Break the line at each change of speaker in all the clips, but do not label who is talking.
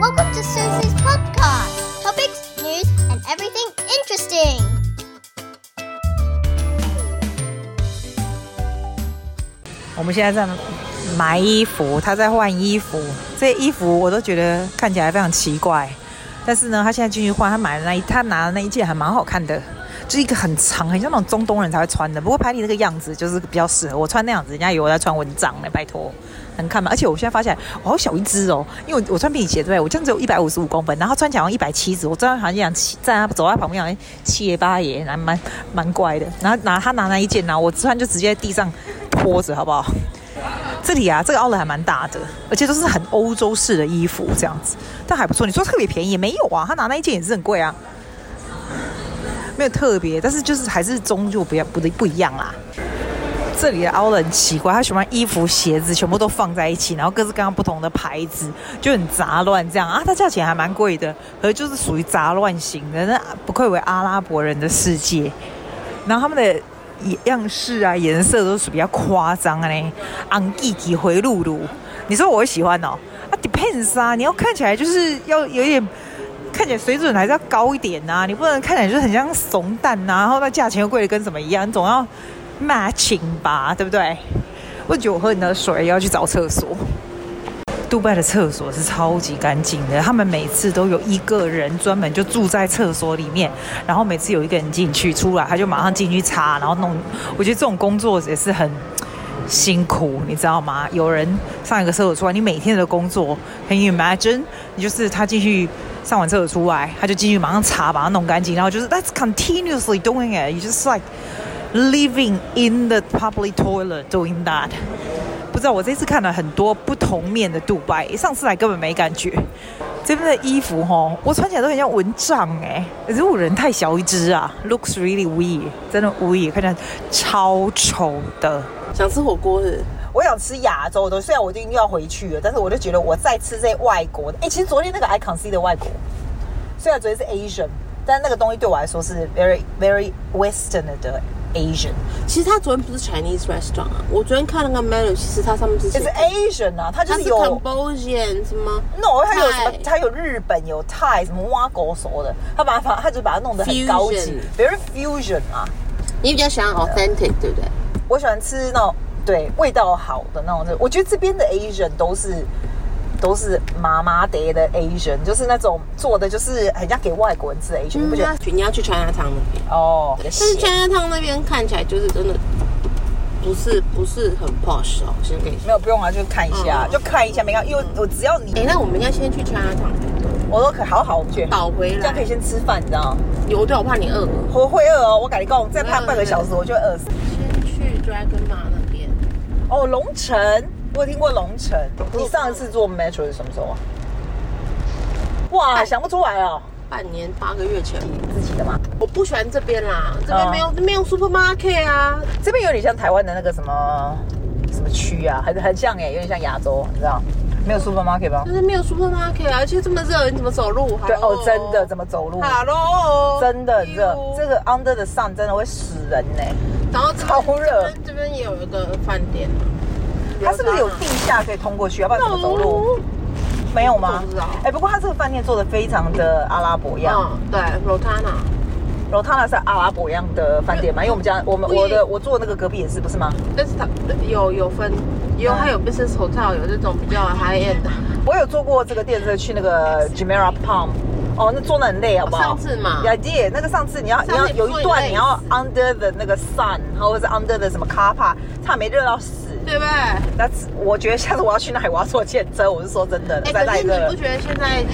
welcome to Susie's podcast. Topics, news, and everything interesting. ”
我们现在在买衣服，他在换衣服，这些衣服我都觉得看起来非常奇怪。但是呢，他现在进去换，他买的那一，他拿的那一件还蛮好看的，就是一个很长，很像那种中东人才会穿的。不过拍你那个样子就是比较适合我穿那样子，人家以为我在穿蚊帐呢，拜托，能看吗？而且我现在发现我好小一只哦，因为我我穿平底鞋对不对？我这样只有一百五十五公分，然后穿起来好像一百七十，我站好像想七，站在走在旁边好像七爷八爷，还蛮蛮怪的。然后拿他拿那一件，然后我穿就直接在地上拖着，好不好？这里啊，这个奥莱还蛮大的，而且都是很欧洲式的衣服这样子，但还不错。你说特别便宜也没有啊，他拿那一件也是很贵啊，没有特别，但是就是还是终究不要不不一样啦。这里的奥莱很奇怪，他喜欢衣服、鞋子全部都放在一起，然后各式各样不同的牌子，就很杂乱这样啊。它价钱还蛮贵的，而就是属于杂乱型的，那不愧为阿拉伯人的世界。然后他们的样式啊、颜色都是比较夸张的嘞，昂记记回露露，你说我会喜欢哦？啊，depends 啊，你要看起来就是要有一点，看起来水准还是要高一点呐、你不能看起来就是很像怂蛋呐、然后那价钱又贵的跟什么一样，你总要 matching 吧，对不对？我酒喝你的水，要去找厕所。杜拜的厕所是超级干净的，他们每次都有一个人专门就住在厕所里面，然后每次有一个人进去出来，他就马上进去擦，然后弄。我觉得这种工作也是很辛苦，你知道吗？有人上一个厕所出来，你每天的工作，Can you imagine？你就是他进去上完厕所出来，他就进去马上擦，把它弄干净，然后就是 That's continuously doing it. You just like living in the public toilet doing that. 不知道，我这次看了很多不同面的杜拜，上次来根本没感觉。这边的衣服吼，我穿起来都很像蚊帐哎、可是我人太小一只啊，looks really weird，真的 weird，看起来超丑的。
想吃火锅是
我想吃亚洲的，虽然我已经要回去了，但是我就觉得我再吃这些外国的。哎、其实昨天那个 I can see 的外国，虽然昨天是 Asian，但那个东西对我来说是 very very Western 的 Asian，
不是其实他昨天不是 Chinese restaurant 啊，我昨天看那个 menu，其实它上面是
也
写
是 Asian 啊，它就
它
是
是
有
Cambodian 什么
no，它有什么
泰？
它有日本，有泰，什么挖狗手的，他把它它就把它弄得很高级
Fusion
，very fusion 啊。
你比较喜欢 authentic 对不对？
我喜欢吃那种对味道好的那种，我觉得这边的 Asian 都是都是麻麻的的 Asian，就是那种做的就是很像给外国人吃的 Asian，、你不觉得？
去你要去 China Town 那边，
哦，但
嗯但是 China Town 那边看起来就是真的不是不是很 posh 哦，先跟你说。
没有不用啊，就看一下，
嗯
就看一下没看，因为我只要你，
哎、那我们应该先去 China Town
我都可好好卷，
倒回
这样可
来
以。先吃饭，你知道吗？
有对，我怕你饿了。
我会饿哦，我跟你讲，再怕
嗯
半个小时我就会饿死。
先去 Dragon Bar 那边，
哦，龙城，我有听过龙城。你上一次坐 metro 是什么时候啊？
哎
哇，想不出来哦，
半年八个月前。
自己的吗？
我不喜欢这边啦，这
哦
边没有、没有 supermarket 啊，
这边有点像台湾的那个什么什么区啊，还是很像哎、有点像亚洲，你知道？没有 supermarket 吧？
但是没有 supermarket 啊，而且这么热，你怎么走路？
对哦，真的怎
么
么走路？
？Hello，
真的热，这
个。
个 under the sun 真的会死人欸呢、
然后这边
超热
这边这边也有一个饭店啊，
它是不是有地下可以通过去？要不然怎么走路？？没有吗
我不知道？
哎、不过它这个饭店做的非常的阿拉伯样。
嗯，对，Rotana，
然后它那是阿拉伯样的饭店
嗯
嘛，因为我们家我们
不一
我的我住的那个隔壁也是不是吗？
但是它有有分，有
嗯
还有 business hotel，有这种比较 high end 的。
我有坐过这个电车去那个 Jumeirah Palm，哦，那坐的很累好不好？
上次嘛
y e a d 那个上次你要你
上
要
次你
有一段你要
坐得
under the 那个 sun，然后或者是 under the 什么 car park，差点没热到死。
对不对？哎、
那我觉得下次我要去那里，我要坐电车。我是说真的，实在
哎可
太
是
热
你
了
不。觉得现在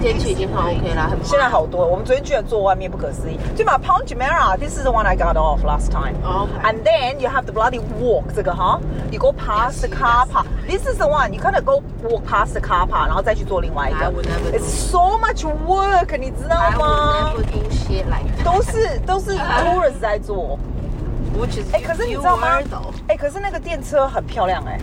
天气已经很 OK 啦？很
现在好多了，我们昨天居然坐外面，不可思议。对嘛，Pound Jumeirah, this is the one I got off last time.
Okay.
And then you have the bloody walk 这个哈、y o u go past the car park. This is the one you kind of go walk past the car park，然后再去做另外一
I
个
would never。do
It's so much work，你知道
来，我
吗
们来？不听些来。
都是都是 tourists 在做。
Which is
哎、可是你知道吗
Uh. you are？though
哎、可是那个电车很漂亮哎、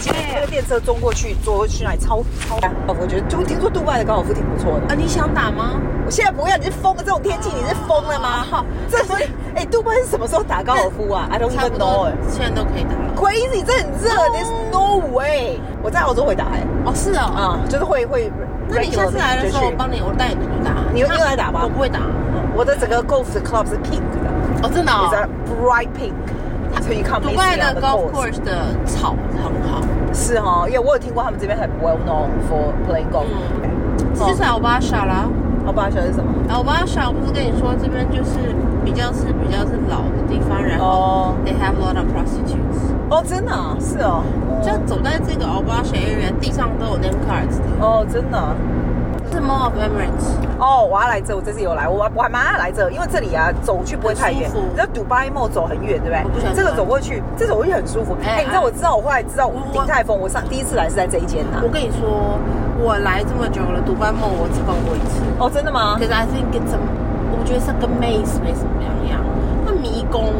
今天那个电车中过去，坐过去那里超超，我觉得就听说杜拜的高尔夫挺不错的。
啊，你想打吗？
我现在不要，你是疯了！这种天气你是疯了吗？啊这所以，哎、杜拜是什么时候打高尔夫啊？I don't
差
even
不
know
多
哎、，
现在都可以打了。
Crazy，这很热、t h e r e s no way。我在澳洲会打哎、
哦，是哦。
啊、就是会会。
那你下次来的时候，我帮你，我带你去打。
你有你有来打吗
我不会打。哦，
我的整个 golf 的 club 是 pink 的、
真的
i
哦
t。s a bright pink，所以 come
国外的 golf
啊 course。
course 的草很好，
是哦，因为我有听过他们这边很 well known for playing golf。嗯哦
这就是 Albasha 啦。
我爸喜欢是什么？
Albasha 我不是跟你说，这边就是比较是比较是老的地方，然后
哦
they have a lot of prostitutes。
哦，真的啊、是哦，
就走在这个 Albasha area，地上都有 name cards 的，
哦，真的啊、
是 Mall of Emirates。
哦，我要来这，我这次有来，我我还蛮爱来这，因为这里啊走去不会太远
很舒服，
你知道杜拜梦走很远，对不对？
我不喜欢
这个
杜拜
走过去，这走过去很舒服。哎、
哎
你知道
哎
我知道，我后来知道
我
鼎泰丰，我上第一次来是在这一间呐、
我跟你说，我来这么久了，独班梦我只逛过一次。
哦，真的吗
可？是 I think it's a，我觉得是跟 maze 没什么两样，那迷宫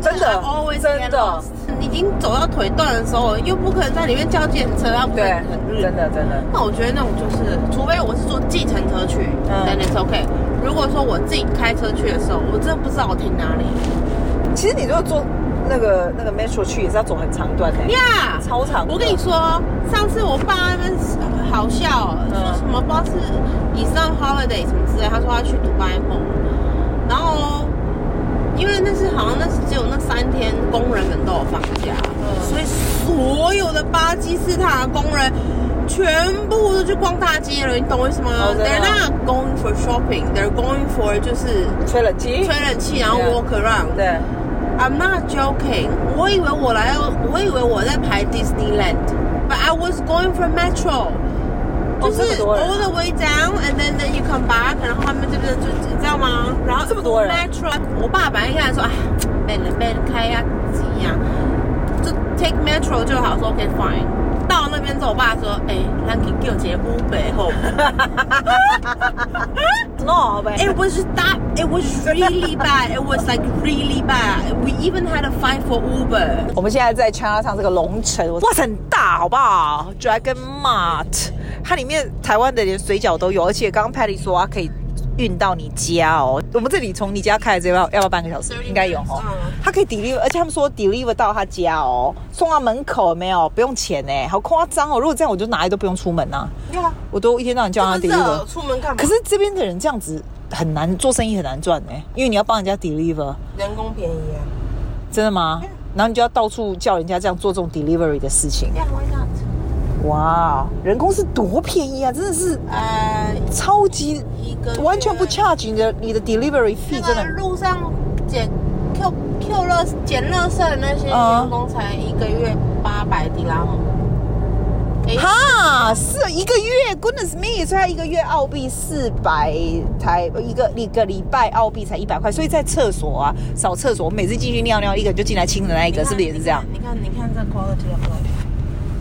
真的
I always
真
get
的
lost 你已经走到腿断的时候，又不可能在里面叫计程车，要不
对
然很，
真
热。
的真的。
那我觉得那种就是，除非我是坐计程车去，
嗯
那 it's OK。如果说我自己开车去的时候，我真的不知道我停哪里。
其实你如果坐那个那个 metro 去，也是要走很长一段的、
呀、
超长的。
我跟你说，上次我爸那边好笑，说什么不知道是以上 holiday 什么之类，他说他去迪拜梦，然后因为那是好像那是只有那三天工人们都有放假，所以所有的巴基斯坦工人。全部都去逛大街了，你懂我意思吗、
哦真的
They're not going for shopping, they're going for 就是
吹冷气
吹，冷气，然后
Yeah
walk around。
对，
I'm not joking. 我以为我来，我以为我在排 Disneyland, but I was going for Metro. 就
这么
是
多人
all the way down, and then then you come back. 然后他们这边就你知道吗？然后
这么多人
Metro，我爸本来一开始说，哎，没人没人开呀、怎样？就 take Metro 就好，说 OK fine。到那边之后，我爸说，哎、咱去叫一个 Uber 好不好。
no 呗。
It was that. It was really bad. It was like really bad. We even had a fight for Uber.
我们现在在 China Town 这个龙城，哇，很大，好不好？Dragon Mart，它里面台湾的连水饺都有，而且刚刚 Patty 说它可以运到你家哦。我们这里从你家开来，这要要不要半个小时
30？
应该有哦
minutes，嗯。
它可以 deliver，而且他们说 deliver 到他家哦，送到门口有没有，不用钱哎，好夸张哦！如果这样，我就哪里都不用出门呐、啊，
呀，
我都一天到晚叫他 deliver。
出门干嘛？
可是这边的人这样子很难做生意，很难赚哎，因为你要帮人家 deliver。
人工便宜啊。
真的吗？然后你就要到处叫人家这样做这种 delivery 的事情。
Yeah, why not?
哇，哦人工是多便宜啊，真的是
呃，
超级
一个月
完全不 charge 你的你的 delivery
那
fee，真
个
的。
路上捡 Q Q 乐捡乐色的那
嗯
些员工才一个月八百迪拉姆。诶
哈，是一个月，Goodness me，所以他一个月澳币四百台，一个一个礼拜澳币才一百块，所以在厕所啊，扫厕所，我每次进去尿尿，一个人就进来清的那一
你
个，
看
是不是也是这样？
你看，你看你看这 quality of life，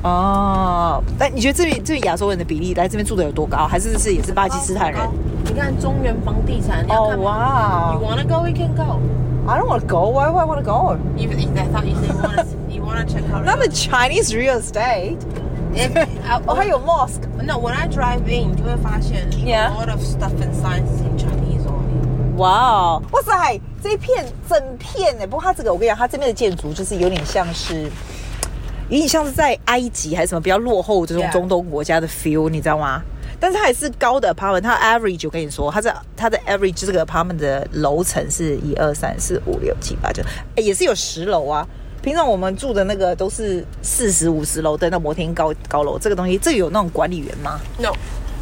哦，但你觉得这里这里亚洲人的比例来这边住的有多高？还是是也是巴基斯坦人
高？你看中原房地产，你要
哦
看吗
哇
You wanna go? We can go.
I don't want to go. Why would I want to go?
Even if I thought you said you want to, you want to check out.
Not a Chinese real estate.
If, I,
哦，还有 mosque。
no, when I drive in, 就会发现
Yeah.
a lot of stuff and signs is in Chinese only.
哇哦，哇塞，这一片整片哎，不过它这个我跟你讲，它这边的建筑就是有点像是，有点像是在埃及还是什么比较落后这种
Yeah.
中东国家的 feel，你知道吗？但是它也是高的 apartment，它 average 我跟你说，它在它的 average 这个 apartment 的楼层是一二三四五六七八九，哎也是有十楼啊。平常我们住的那个都是四十五十楼的那摩天高高楼，这个东西这个有那种管理员吗？
No,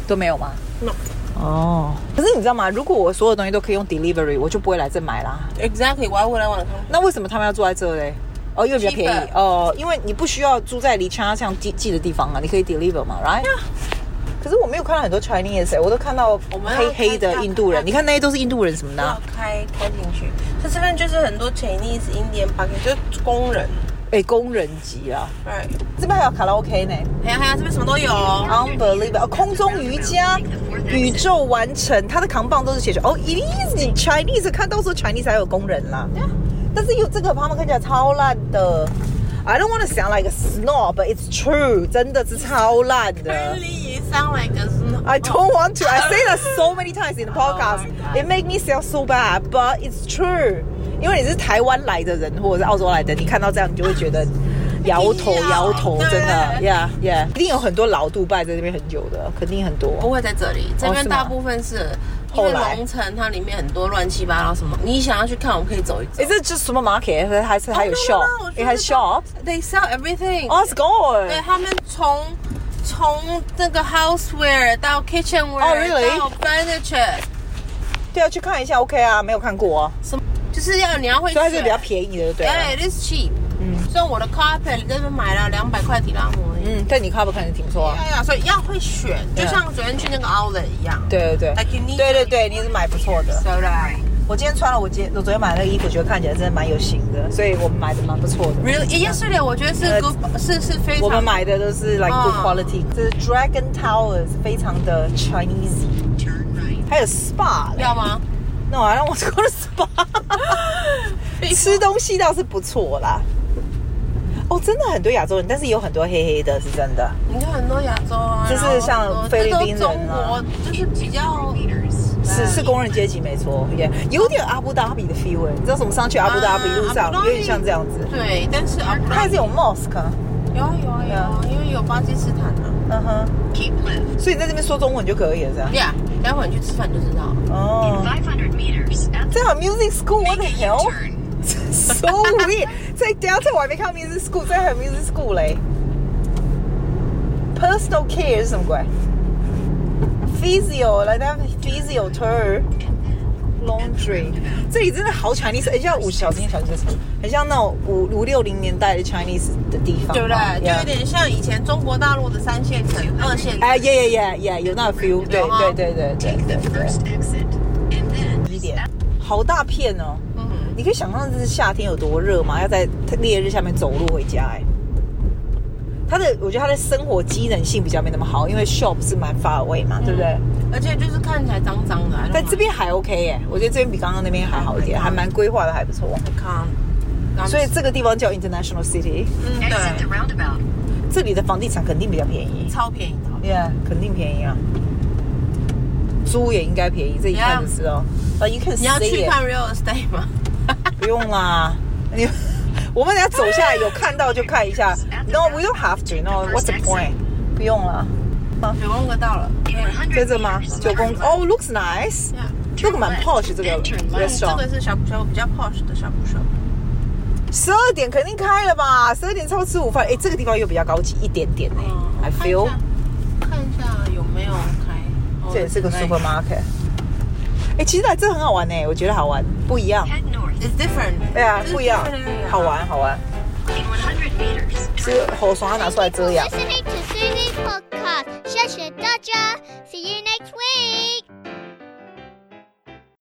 都没有吗？
no,
哦，可是你知道吗？如果我所有东西都可以用 delivery，我就不会来这买啦。
exactly. Why would I want to come?
那为什么他们要住在这嘞？哦，因为比较便宜
Cheaper
哦，因为你不需要住在离 China 像寄寄的地方啊，你可以 deliver 嘛，right？可是我没有看到很多 Chinese，、欸、我都看到
我们要
黑黑的
看
印度人。
看
你看那些都是印度人什么的啊、
要开开进去，它这边就是很多 Chinese、Indian、p a k i s 就是工人。
哎、工人级啊！
Right.
这边还有卡拉 OK 呢
还有还有，这边什么都有哦。
，unbelievable！、哦、空中瑜伽、宇宙完成，它的扛棒都是写着哦，it is in Chinese，看到时候 Chinese 还有工人啦。但是又这个他们看起来超烂的。I don't want to sound like a snob, but it's true，真的是超烂的。
Really, you sound like a 哦 snob.
I don't want to. I say that so many times in the podcast.
my God.
it make me feel so bad, but it's true. 因为你是台湾来的人，或者是澳洲来的，你看到这样，你就会觉得 摇头
一定要
摇头，
对
真的，Yeah Yeah，一定有很多老杜拜在这边很久的，肯定很多。
不会在这里，这边
哦是吗
大部分是因
后
为
来
龙城它里面很多乱七八糟什么，你想要去看，我们可以走一走。
Is it just supermarket？还是还有
Oh, no,
shop？
no, no，我觉
也
得
还 shop？
They sell everything.
哦，it's gone。
对他们从从那个 houseware 到 kitchenware，、
Oh, really？
到 furniture，
对啊，去看一下 OK 啊，没有看过啊，
什么就是要你要会
所以它是
选
比较便宜的，对啊了。
对，it 哎 is cheap。嗯，所以我的 carpet 这边买了两百块提拉姆而已。
嗯，但你看不看得挺不错啊。
对啊，所以要会选，就像昨天去那个 outlet 一样。
对对
Like you
对，
need
对对对，你也是买不错的。
，so that
我今天穿了我今我昨天买的那个衣服，觉得看起来真的蛮有型的，所以我们买的蛮不错的。
really yesterday 我觉得是
嗯呃
good，是是非常
我们买的都是 like good
嗯
quality，、这是 Dragon Towers，非常的 Chinese，还有 SPA 嘞。
要吗？
No，让我 go to SPA。吃东西倒是不错啦。哦，真的很多亚洲人，但是也有很多黑黑的，是真的。
你看很多亚洲啊，
就是
然后
像
很多
菲律宾
这都中
人啊
国就是比较
是是工人阶级没错，也有点阿布达比的 feel，欸你知道什么？上去阿布达比路上
啊，Abu Dhabi
有点像这样子。
对，但是啊，
它还是有 mosque，啊
有啊有啊有啊，因为有巴基斯坦啊。
嗯哼，
Keep left
所以你在这边说中文就可以了，是吧？
对啊，待会儿你去吃饭就知道了。
哦，
500 meters at
这好 Oh. music school，what the
the
hell？
U-turn.
So weird！在 Delta 我还没看到 music school，这还有 music school 嘞。Personal care 是什么鬼？Physio，来那 physio tour。Laundry，这里真的好 Chinese，很像五小心小心小心，很像那种五五六零年代的 Chinese 的地方，
对不对？就
哦 Yeah
有点像以前中国大陆的三线城、二线城。
哎，yeah yeah yeah yeah，有那个 feel，对
有哈
对对对对
Take
对
the
对
first exit and then
一点，好大片哦。
嗯，
你可以想象这是夏天有多热吗？要在烈日下面走路回家、哎，他的我觉得他的生活机能性比较没那么好，因为 shop 是蛮 far away
嗯
嘛，对不对？
而且就是看起来脏脏的。I don't
但这边还 OK 哎、我觉得这边比刚刚那边还好一
嗯
点，还蛮规划的还不错。
like it.
所以这个地方叫 International City，
嗯，
exit the
对，
roundabout.
这里的房地产肯定比较便宜
超便宜的。
，Yeah，肯定便宜啊，租也应该便宜，这一看就知道。But you can
你要
see
去
it.
看 real estate 吗？
不用啦，你 我们等下走下来有看到就看一下。No, we don't have to. No, what's the point? 不用了，
九宫格到了。
In
在
100
这吗
meters,？
九宫
turn
哦、looks nice，
对啊
这个蛮 posh 这个
嗯这
restaurant。
个是小不小比较 posh 的小不小。
十二点肯定开了吧？十二点超吃午饭，哎，这个地方又比较高级一点点呢、
嗯
I feel
看一下看一下有没有开。哦
这也是个
对
supermarket。哎，其实来这很好玩呢、我觉得好玩，不一样。
Head north.
It's different.
对啊，不一样
It's different area.，
好玩好玩。
In 100 meters,
是猴耍拿出来遮阳。
Listening to Susie's podcast. Shasha Dodger. See you next week.